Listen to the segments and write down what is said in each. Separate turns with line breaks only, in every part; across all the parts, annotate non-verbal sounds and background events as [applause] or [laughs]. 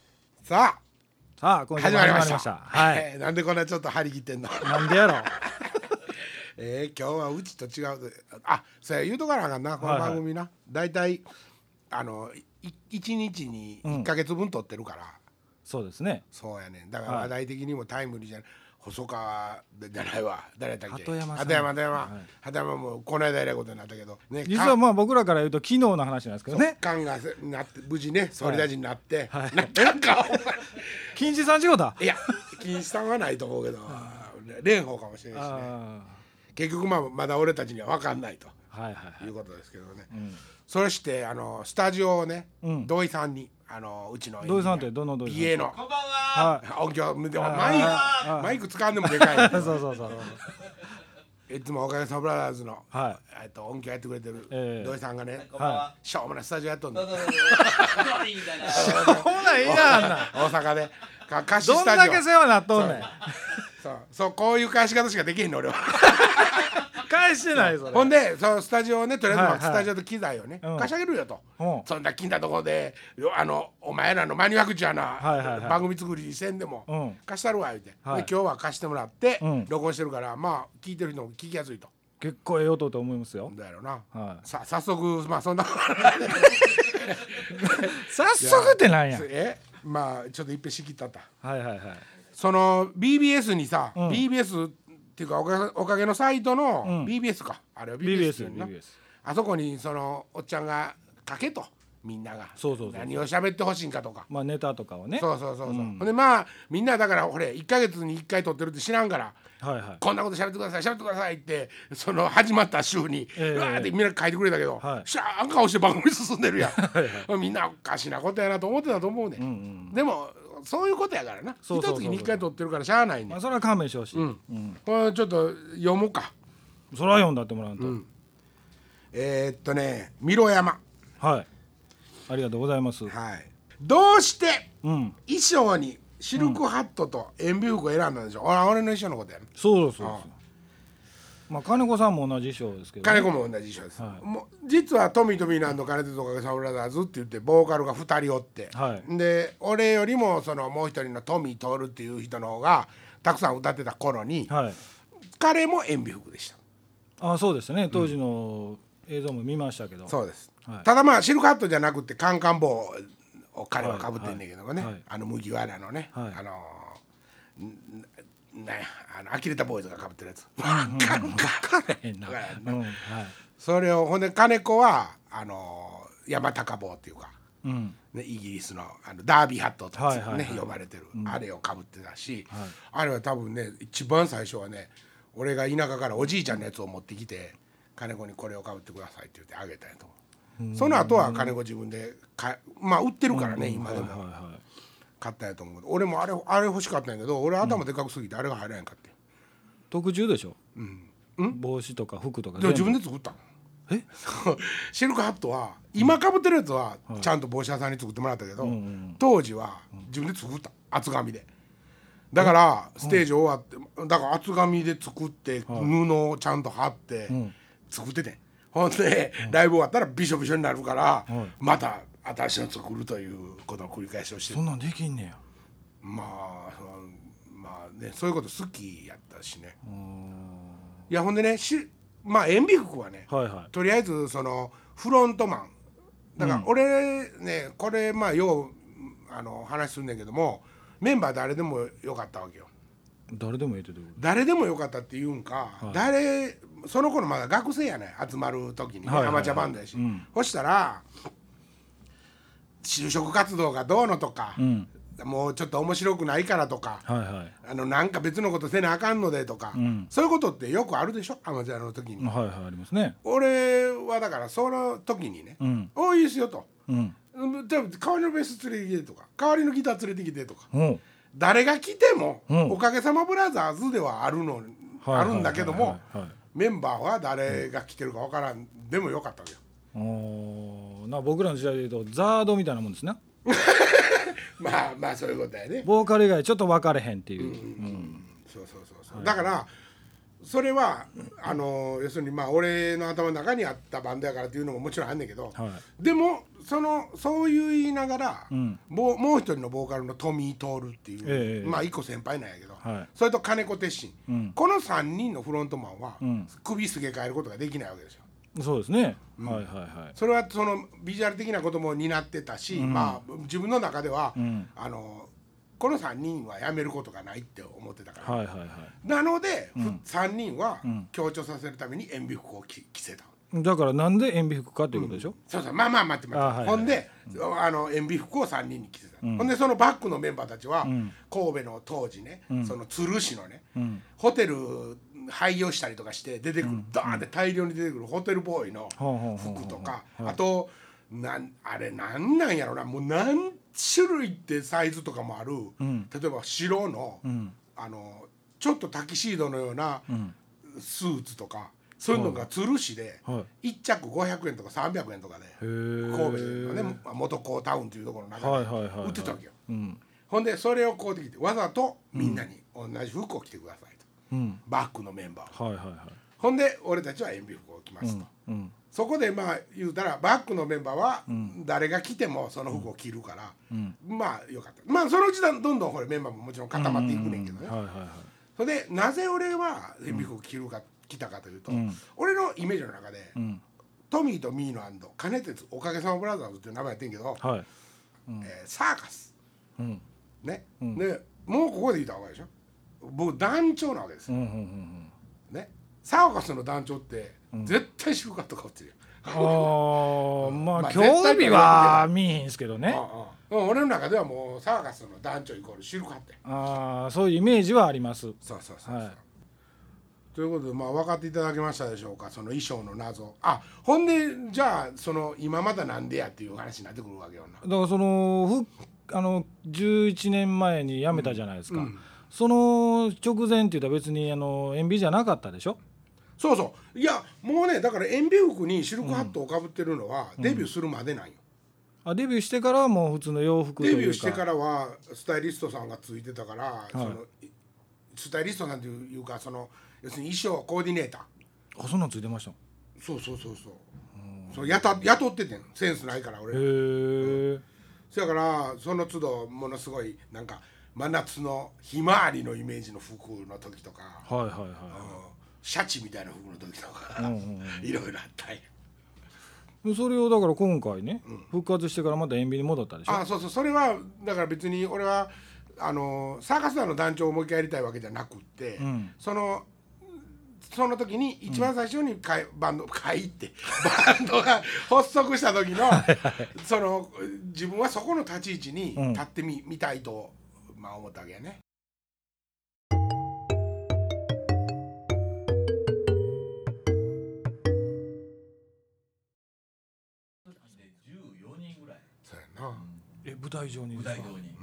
さあ始まりま
さあ今週も始まりま
し
した
た、
はい
なんでこんなちょっと張り切ってんの [laughs]
なんでやろ
えー、今日はうちと違うであそうや言うとかなあかんなこの
はいはい
番組な大体、あのい一日に
うん
1か月分撮ってるから、
そうですね
そうやねんだから
はい
話題的にもタイムリーじゃない細川じゃないわ誰だっけ
鳩山さん
鳩山鳩山、
はい
鳩山もこの間えらいことになったけどね
実はまあ僕らから言うと昨日の話なんですけどね
官がせなって無事ね総理大臣になって、
はい
なったんかお前
金次さん仕事だ
いや金さんはないと思うけど蓮舫かもしれないしね
あ
結局まあまだ俺たちには分かんないと
ーはいはいはい
いうことですけどね、
ん
そしてあのスタジオをね、
うん
土井さんにあのうちの
土井さんってどの土井さん
BA の
こんばんは。
は
音響でも
あー
マイ
あー
クマイク使わんでもでかい
い [laughs] そうそうそう
いつもおかげさまブラザーズの、
は
えっと音響やってくれてる、
ええ
土井さんがね、
こんばんは。
しょうもないスタジオやっとんの
どう
大
ぞどうぞどうぞ。みたいな。
ほないいなあんな
阪でか貸し
[laughs] ど
ス
ん
タ
だ
ジオ
け世話なっとんねん
そうそうこういう返し方しかできへんの俺は
返してないそれ
ほんでそのスタジオをねとりあえずまあ
はいはい
スタジオと機材をね、
うん
貸し上げるよと、
うん
そんな金なとこでよあのお前らのマニュファクチャーな、
はいはいはい
番組作りせんでも、
うん
貸したるわ言うて、
はい
で今日は貸してもらって、
うん
録音してるからまあ聞いてる人も聞きやすいと
結構ええ音と思いますよ
だやろな、
はい
さ早速まあそんな
早速ってなんや
えまあちょっといっぺん仕切ったった
はいはいはい
その BBS にさ、
うん
BBS っていうかおかおかげのサイト
う
の
ん
BBS か、あれは BBS, や
BBS
んな
BBS
あそこにそのおっちゃんが書けとみんなが
そうそうそう
何を喋ってほしいんかとか
まあネタとかをね
そうそうそうそう、
うん
ほんでまあみんなだからほれ1か月に1回撮ってるって知らんから
はいはい
こんなこと喋ってください喋ってくださいってその始まった週に、
ええ
うわーってみんな書いてくれたけど、
はい
シャーン顔して番組進んでる
[laughs]
やんみんなおかしなことやなと思ってたと思うね、
うんうんん
でもそういうことやからな
そう
一
そうそうそう
月に1回撮ってるからしゃあないね
まあそれは勘弁してほしい
うん
うん
これちょっと読もうか
それは読んだってもらうと
えーっとね「ミロ山
はいありがとうございます」
はいどうして
うん
衣装にシルクハットと塩ビ服を選んだんでしょ、俺俺の衣装のことやな
そうそうそう
ああ
まあ金子さんも同じ衣装ですけどね、
金子も同じ衣装です、
はい
もう実はトミートミーランド金手とかサブラザーズって言ってボーカルが2人おって、
は
で俺よりもそのもう一人のトミー徹っていう人の方がたくさん歌ってた頃に、
はい
彼も塩ビ服でした
ああそうですね当時の映像も見ましたけど、
そうです、
はい
ただまあシルクハットじゃなくてカンカン帽を彼はかぶってんねんけどもね、
はいはい
あの麦わらのね、
はい
あのーんななんやあの呆れたボーイズがかぶってるやつ分かるか
変な、
わからんな
うんはい
それをほんで金子はあのー山高帽っていうか、
うん、
ね、イギリスのあのダービーハットとかね、
はいはいはい
呼ばれてる、あれをかぶってたし、あれは多分ね一番最初はね俺が田舎からおじいちゃんのやつを持ってきて金子にこれをかぶってくださいって言ってあげたんやと思うその後は金子自分でかまあ売ってるからね、今でも
はいは
買ったんやと思う俺もあれあれ欲しかったんやけど俺頭でかくすぎてあれが入らへんかって、
い特注でしょ、うん、帽子とか服とか
でも自分
で
で作ったの
え
[laughs] シルクハットは今かぶってるやつはちゃんと帽子屋さんに作ってもらったけど、
うんうん
当時は自分で作った厚紙でだからステージ終わって、だから厚紙で作って布をちゃんと貼って
ん
作っててんほんで、ライブ終わったらびしょびしょになるから、
い
また新しいの作るということの繰り返しをして
そんなんできんねや
まあそのまあねそういうこと好きやったしね
うーん
いやほんでねしまあ塩ビ服はね、
はいはい
とりあえずそのフロントマンだから俺ねこれまあようあの話すんねんけどもメンバー誰でもよかったわけよ
誰でもいいってどういうこ
誰でもよかったっていうんか、誰その頃まだ学生やね集まる時にね、
はいはいはい
アマチュアバンドやし、
うん
そしたら就職活動がどうのとか
と、うん
もうちょっと面白くないからとか
はいはい
あのなんか別のことせなあかんのでとか、
うん
そういうことってよくあるでしょアマチュアの時に。
はいはいありますね
俺はだからその時にね
うん
「おいいですよ」と
うん
「うんじゃあ代わりのベース連れてきて」とか「代わりのギター連れてきて」とか
うん
誰が来ても「
うん
おかげさまブラザーズ」ではあるの
はい
あるんだけども
はいはいはいはい
メンバーは誰が来てるかわからんでもよかったわけよ。
おーな僕らの時代で言うとザードみたいなもんですね
まあまあそういうことやね。
ボーカル以外ちょっと分かれへんっていう、うん
そうそうそうそうだからそれはあの要するにまあ俺の頭の中にあったバンドやからっていうのももちろんあんねんけど、
は
でもそのそういう言いながら、
うん
もうもう一人のボーカルのトミー・トールっていう、
ええ
まあ一個先輩なんやけど、
はい
それと金子鉄心、
うん
この3人のフロントマンは、
ん
首すげ替えることができないわけですよ。
そうですね、はいはいはい
それはそのビジュアル的なことも担ってたし、まあ自分の中では、
ん
あのこの3人はやめることがないって思ってたから、
はいはいは
なので、ふ3人は強調させるために塩ビ服を着着せた。
いだからなんで塩ビ服かということでしょ、
そうそうまあまあ待って待って、
あはい
ほんで、あの塩ビ服を3人に着せた、ほんでそのバックのメンバーたちは、神戸の当時ね、その鶴市のね、ホテル廃業したりとかして出てくる、ダーンって大量に出てくるホテルボーイの
ほうほうほうほう
服とか、あとなんあれなんなんやろなもう何種類ってサイズとかもある、例えば白の、あのちょっとタキシードのようなスーツとか、そういうのが鶴市で、
はい
1着500円とか300円とかで
ー
神戸のねまあ元高タウンというところの中
はいはいはいは
で
い
売ってたわけよ、
うん
ほんでそれをこうできてわざとみんなに同じ服を着てくださいと、
うん
バックのメンバーは
はいはいはい
ほんで俺たちは塩ビ服を着ますと、
うん
そこでまあ言うたらバックのメンバーは誰が来てもその服を着るから、まあよかったまあそのうちだんどんどんこれメンバーももちろん固まっていくねんけどね、
はいはいはい
それでなぜ俺は塩ビ服を着るか、着たかというと、俺のイメージの中で、
うん
トミーとミーの金鉄おかげさまブラザーズっていう名前やってんけど、
はい
えーサーカス
うん
ね、でもうここで言った方がいいでしょ僕団長なわけです
う
よ、
んうん
[laughs]
うん
ねサーカスの団長って絶対知るかとかってるよ、
うんああまあ、
まあ
興味は見えへんすけどね
うんうん俺の中ではもうサーカスの団長イコール知るかって
ああそういうイメージはあります
そうそうそうそう、
はい
ということでまあ分かっていただけましたでしょうかその衣装の謎あほんでじゃあその今まだなんでやっていう話になってくるわけよな
だからそのふあの11年前に辞めたじゃないですか、その直前っていうと別にあの塩ビじゃなかったでしょ
そうそういやもうねだから塩ビ服にシルクハットをかぶってるのはデビューするまでなんよ、
あデビューしてからはもう普通の洋服という
デ
か
ビューしてからはスタイリストさんがついてたから、そのいスタイリストさんというかその要するに衣装コーディネーター
あそんなんついてましたへ
そうそうそうそうそうやた雇っててんセンスないから俺
え
そやからその都度ものすごいなんか真夏のひまわりのイメージの服の時とか、
はいはいはい
うんシャチみたいな服の時とか、
うんうん
いろいろあったんや
それをだから今回ね、復活してからまた塩ビに戻ったでしょ
あそうそうそれはだから別に俺はあのサーカス団の団長をもう一回やりたいわけじゃなくって、
ん
そのその時に一番最初にかい、バンド会ってバンドが発足した時のその自分はそこの立ち位置に立ってみ、みたいと、まあ、思ったわけやね。
14人ぐらい
そうやな、
え舞台上に
舞台上
に
に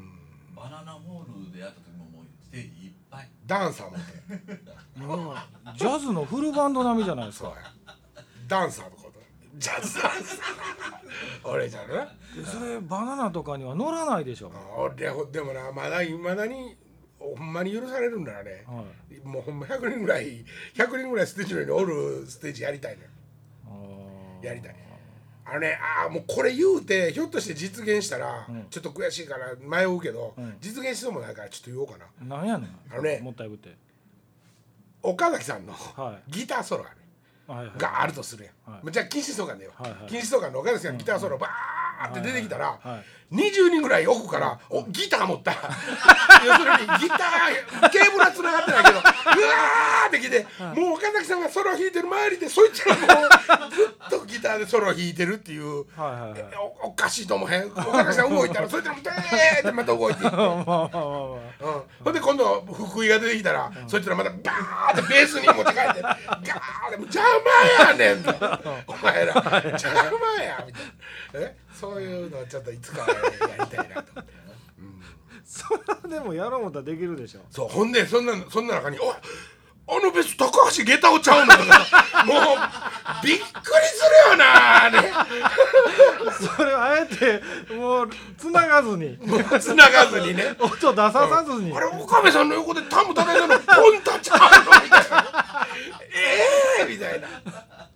バナナモールでやった時ももうステージいっぱい
ダンサーもおって
ジャズのフルバンド並みじゃないです
そう
か
[laughs] やダンサーのことジャズダンサー俺じゃね
えそれバナナとかには乗らないでしょ、
俺ほでもなまだいまだにほんまに許されるんだあれ、
はい
もうほんま100人ぐらい100人ぐらいステージの上におるステージやりたいのよ
あー
やりたいあのねあーもうこれ言うてひょっとして実現したら、ちょっと悔しいから迷うけど、実現しそうもないからちょっと言おうかな
なんやねん
あのね
もったいぶって
岡崎さんの
は
ギターソロがね
はいはい
があるとするやん、
はい
もうじゃあ禁止とかねよ、
はいはい
禁止とかの岡崎さんのギターソロバーって出てきたら、
いはい
20人ぐらい奥から「おギター持った」 [laughs] 要するにギターケーブルは繋がってないけどうわーってきて、もう岡崎さんがソロ弾いてる周りでそいつらもうずっとギターでソロ弾いてるっていう。
はいはいはい
おおかしいと思へん岡崎さん動いたらそいつらも「えー!」ってまた動い
[laughs]
ていって
[laughs] まあまあまあまあ
うんほんで今度福井が出てきたら、そいつらまたバーってベースに持って帰ってガーってもう邪魔やねんとお前ら邪魔やみたいなえそういうのをちょっといつかはやりたいなと思って
それでもやろうもったらできるでしょ
そうほんでそんなそんな中に「おいあのベース高橋下駄をちゃうの?」とかもうびっくりするよなあれ
それをあえてもう繋がずに
繋がずにね
音出ささずに、
あれ岡部さんの横でタム叩いてる
[laughs]
のポンタちゃうのみたいなええー、みたいな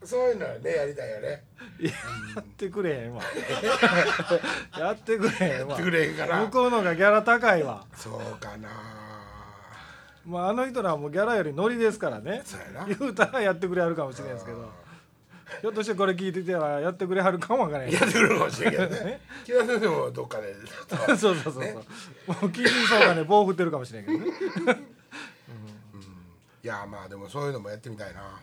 そういうのはねやりたいよね
いややってくれへん
[laughs]
わやってくれへんわ
やってくれへんから
向こうのがギャラ高いわ
そうかな
まああの人らはもうギャラよりノリですからね
そうやな
言うたらやってくれはるかもしれないですけどひょっとしてこれ聞いてたらやってくれはるかもわからへん
やってくれるかもしれんけどね木田先生もどっかで
そうそうそうそう、もう聞いてそうかね棒振ってるかもしれんけどね
いやまあでもそういうのもやってみたいな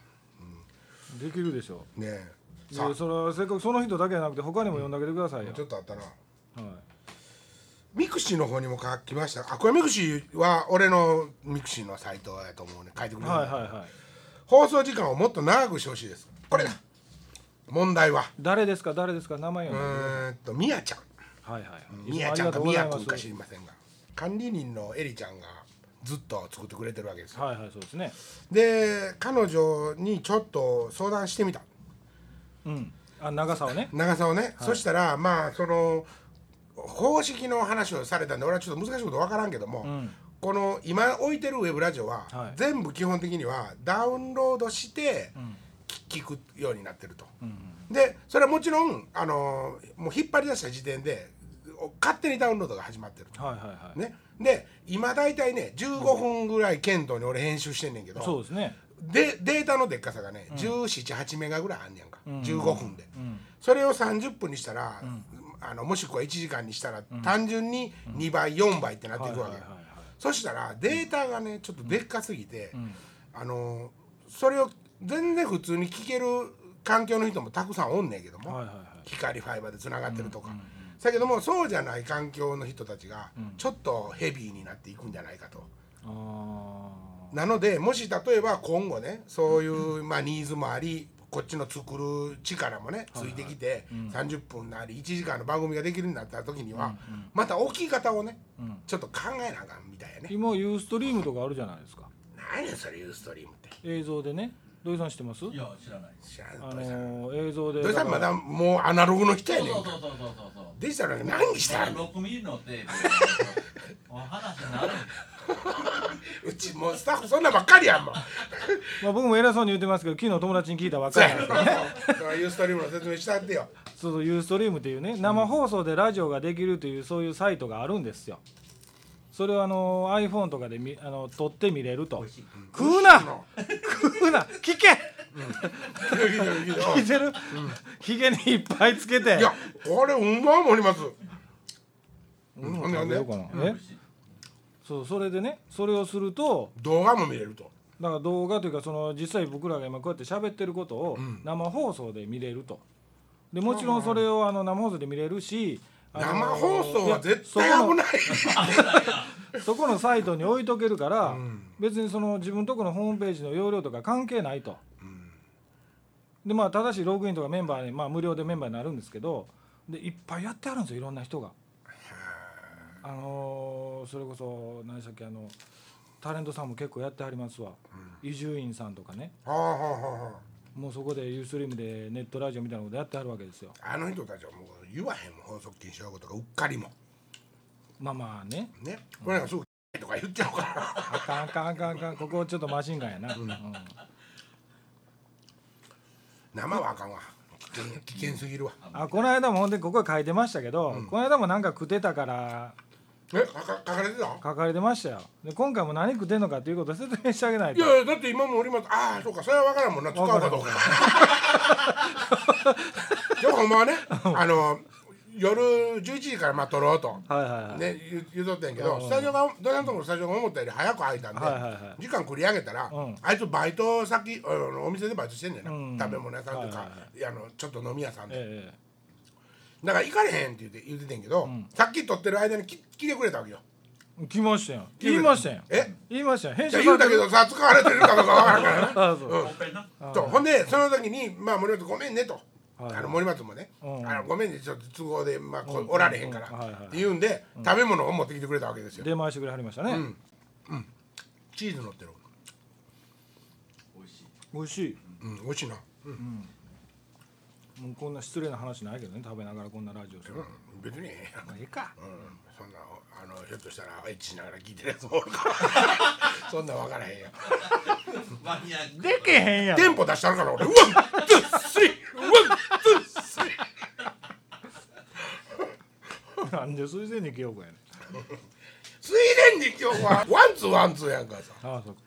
できるでしょ
ねえ
う
さ
いや
あ
そのせっかくその人だけじゃなくて他にも呼んであげてくださいよ、
ちょっとあったな
はい
ミクシーの方にも書きましたあこれミクシーは俺のミクシーのサイトやと思うね書いてくれる、
はいはいはい
放送時間をもっと長くしてほしいですこれだ問題は
誰ですか誰ですか名前を、
う
はい
ーんとみやちゃん
はいい
み
つも
や
あり
ちゃん
が
か
とうご
み
ざ
や
いま
くん
す
か知りませんが管理人のエリちゃんがずっと作ってくれてるわけですよ
はいはいそうですね
で彼女にちょっと相談してみた
うんあ長さをね
長さをね、そしたらまあその公式の話をされたんで俺はちょっと難しいこと分からんけども、
ん
この今置いてるウェブラジオは、
はい
全部基本的にはダウンロードして聞聞くようになってると、でそれはもちろんあのもう引っ張り出した時点でお勝手にダウンロードが始まってると、
はいはいはい、
ね、で今大体ね15分ぐらい検討に俺編集してんねんけど、
そうですね
でデータのでっかさがね、178メガぐらいあんねやんか、15分で、
ん
それを30分にしたら、あのもしくは1時間にしたら、単純に2倍4倍ってなっていくわけ、
はいはいはいはい
そしたらデータがねちょっとでっかすぎて、あのそれを全然普通に聞ける環境の人もたくさんおんねんけども、
はいはいはい
光ファイバーでつながってるとか、だけどもそうじゃない環境の人たちがちょっとヘビーになっていくんじゃないかと。
あー
なのでもし例えば今後ねそういうまあニーズもありこっちの作る力もねついてきて30分なり1時間の番組ができるようになった時にはまた大きい方をね
うん
ちょっと考えなあかんみたいやね。
今ユーストリームとかあるじゃないですか
何やそれユーストリームって。
映像でね土井さん知ってます
いや知らないです
知らん
あ
土井さん
のー映像で
土井さんま
だか
だもうアナログの人や
そう
ねん
そう
か
そうそうそうそうそう
デジタルなんか何したらあんの
6ミリのテープお話になるんです
うちもうスタッフそんなばっかりやんもん。
らまあ、僕も偉そうに言ってますけど昨日友達に聞いたばっ
そう
かり
や
なんで
ろ
すけどね
だからユーストリームの説明したってよ。
そうそうユーストリームっていうね生放送でラジオができるというそういうサイトがあるんですよそれをあのー iPhone とかでみあの撮って見れると食うな食うな聞け [laughs] 聞いてる、ひげにいっぱいつけて
いやこれうまいもんあります。
うん
ほんでほんで
食べようかなえそうそれでねそれをすると
動画も見れると。
だから動画というかその実際僕らが今こうやって喋ってることを
ん
生放送で見れるとでもちろんそれをあの生放送で見れるしあの
生放送は絶対
やそ
危
こ
ない
のそこのサイトに置いとけるから、
ん
別にその自分とこのホームページの容量とか関係ないと、でまあただしログインとかメンバーに、まあ、無料でメンバーになるんですけどでいっぱいやってあるんですよいろんな人が。あのーそれこそ何でしたっけあのタレントさんも結構やってはりますわ伊集院さんとかね
はあはあはあは
もうそこでユーストリームでネットラジオみたいなことやってはるわけですよ
ああの人たちはもう言わへんもん法則禁止用語とかうっかりも
まあまあね
ねこれなんかすぐ「とか言っちゃうから
あかんあかんあかんあかんここちょっとマシンガンやな、うん
生はあかんわ危険危険すぎるわ
あこの間もほんでここに書いてましたけど、この間もなんか食ってたから
えかか書かれてた
書かれてましたよで今回も何食ってんのかっていうことを説明してあげない
い
と
やいやだって今もおりますああそうかそれは分からんもんな使うかどうかでもほんまはねあの夜11時からまあ撮ろうと
はいはいはい、
ね、言う言うとったんやけど、スタジオが土屋さんのとこのスタジオが思ったより早く開いたんで、
はいはいはい
時間繰り上げたら、
うん
あいつバイト先あのお店でバイトしてんねんな、
うん
食べ物屋さんとか、
はいはい
やあのちょっと飲み屋さんで、
え
だから行かれへんって言って言っててんけど、さっき撮ってる間にき来てくれたわけよ
え来ましたよ言いましたよ
え
言いましたよ編
じゃ
集
あ言
さ
うたけどさ使われてるかどうかわからんからな
あ [laughs] そう、
もう一回な
とほんでその時に「まあ、森松ごめんね」と。
はい
あの森松もね、
うん
あのごめんねちょっと都合で、まあこおられへんから、
うんはいはい
って言うんで、食べ物を持ってきてくれたわけですよ
出回してくれはりましたね、
んチーズ乗ってる、
美味しい
美味しい
うん、美味しいな、うん
もうこんな失礼な話ないけどね食べながらこんなラジオするの、
うん別にええやん
まあ、ええか
うんそんなあのひょっとしたらエッチしながら聞いてるやつもおるからそんなん分からへんやん
マニア [laughs] ック
でけへんや
テ
ろ
ンポ出したるから俺ワンツースリーワンツースリー
なんでそれでに記憶やねん
ついでに今日はワンツーワンツーやんかさ
ああそうか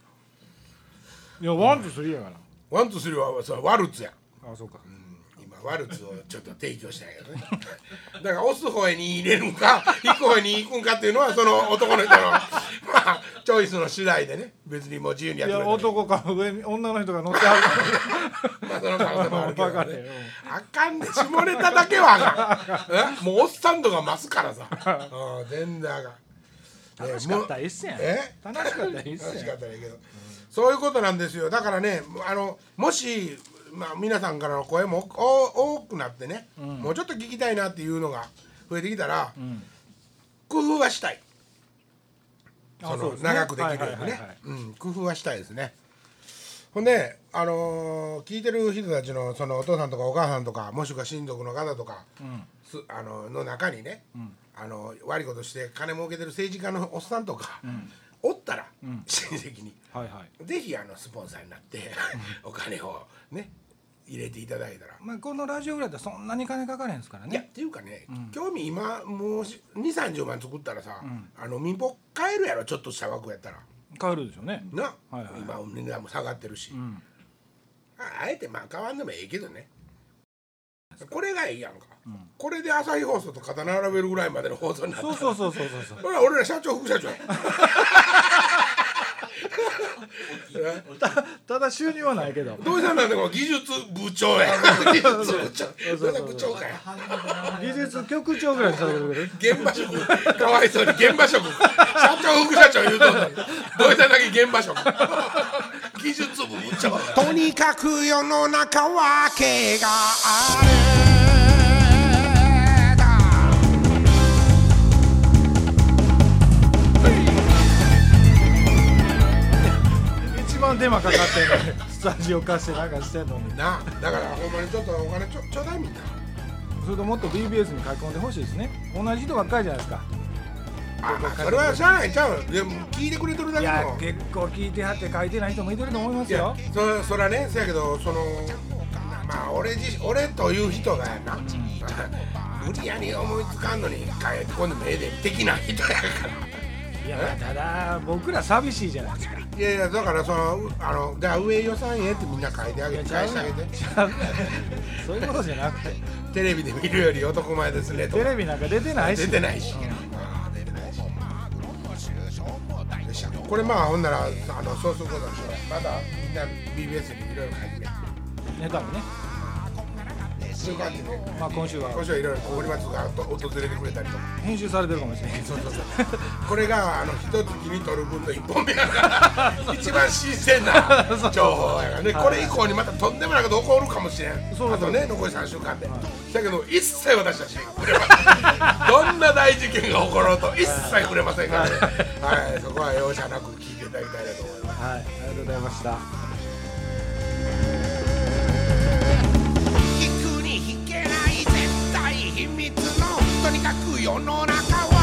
いやワンとスリーやから、
ワンツースリーはそれワルツやん
ああそうか、
今ワルツをちょっと提供したんやけどねだから押す方に入れるんか引く方に行くんかっていうのはその男の人のまあチョイスの次第でね別にもう自由にやっ
い
てくれ
や
たら
男か上に女の人が乗ってはる
まあその可能性もあるけど、
バカだ
ね
よ、
あかんで、下ネタだけはあかんえもうおっさん度が増すから
[laughs]
さうん全然あかん
から楽しかったらええっすやん
え
楽しかったらええっ
楽し
す
か
や
っ
ん
たらいいけど、そういうことなんですよだからねあのもし、まあ、皆さんからの声もお多くなってね、もうちょっと聞きたいなっていうのが増えてきたら、
ん
工夫はしたい
あ
その
そうですね
長くできるように
はいはいはいは
ね
い
うん工夫はしたいですねほんであのー聞いてる人たちのそのお父さんとかお母さんとかもしくは親族の方とか、すあのの中にね、あの悪いことして金儲けてる政治家のおっさんとか、おったら、親戚に
はいはい
ぜひあのスポンサーになって、お金をね入れていただいたら、
まあこのラジオぐらいだったらそんなに金かかれへんですから
いやっ
ね
ていうかね、興味今もう2三3 0万作ったらさ、あの民放買えるやろちょっとした枠やったら
買えるでしょうね
な、
はいはい
今値段も下がってるし、
ん
ああえてまあ買わんでもええけどねこれがいいやんか、これで朝日放送と肩並べるぐらいまでの放送になった
そうそうそうそうそう [laughs] そう
ほら俺ら社長副社長や
ただ収入はないけど
どうしたんなんだこの技術部長や技術部長どんな部長かや
技術局長ぐらいにしたらくれる
現場職かわいそうに現場職社長副社長言うとんのにどうしただけ現場職技術部部長とにかく世の中はけがある
[laughs] 一番手間かかってんのにスタジオ貸してなんかしてんのに
なあだからほんまにちょっとお金ちょちょうだいみんな
それともっと BBS に書き込んでほしいですね同じ人ばっかりじゃないですか
あまあそれはしゃあないちゃうでも聞いてくれてるだ
い
け
や
の
結構聞いてはって書いてない人もいてると思いますよ
そそらねそやけどそのまあ俺自俺という人がやな無理やり思いつかんのに帰ってこんでもええで的な人やから。
いやただ僕ら寂しいじゃないですか
いやいやだからそのあのだから上予算へってみんな書いてあげて返してあげて
[laughs] そういうことじゃなくて
テレビで見るより男前ですねと
テ
か
レビなんか出てないし
出てないし、あー出てないしよっしゃこれまあほんならあのそうすることでしょまだみんな BBS にいろいろ書いてね
ネタもね
そういう感じで
まあ今週は
今週はいろいろ堀松が訪れてくれたりとか
編集されてるかもしれないけど
これがあの一月に取る分の1本目やから一番新鮮
[laughs]
な情報やからねこれ以降にまたとんでもないこと起こるかもしれん
そうそう
あとね残り3週間で、だけど一切私たちに触れませんどんな大事件が起ころうと一切触れませんから
[laughs]
ねはいそこは容赦なく聞いていただきたいなと思います
はいありがとうございました
引くに引けない絶対秘密のとにかく世の中は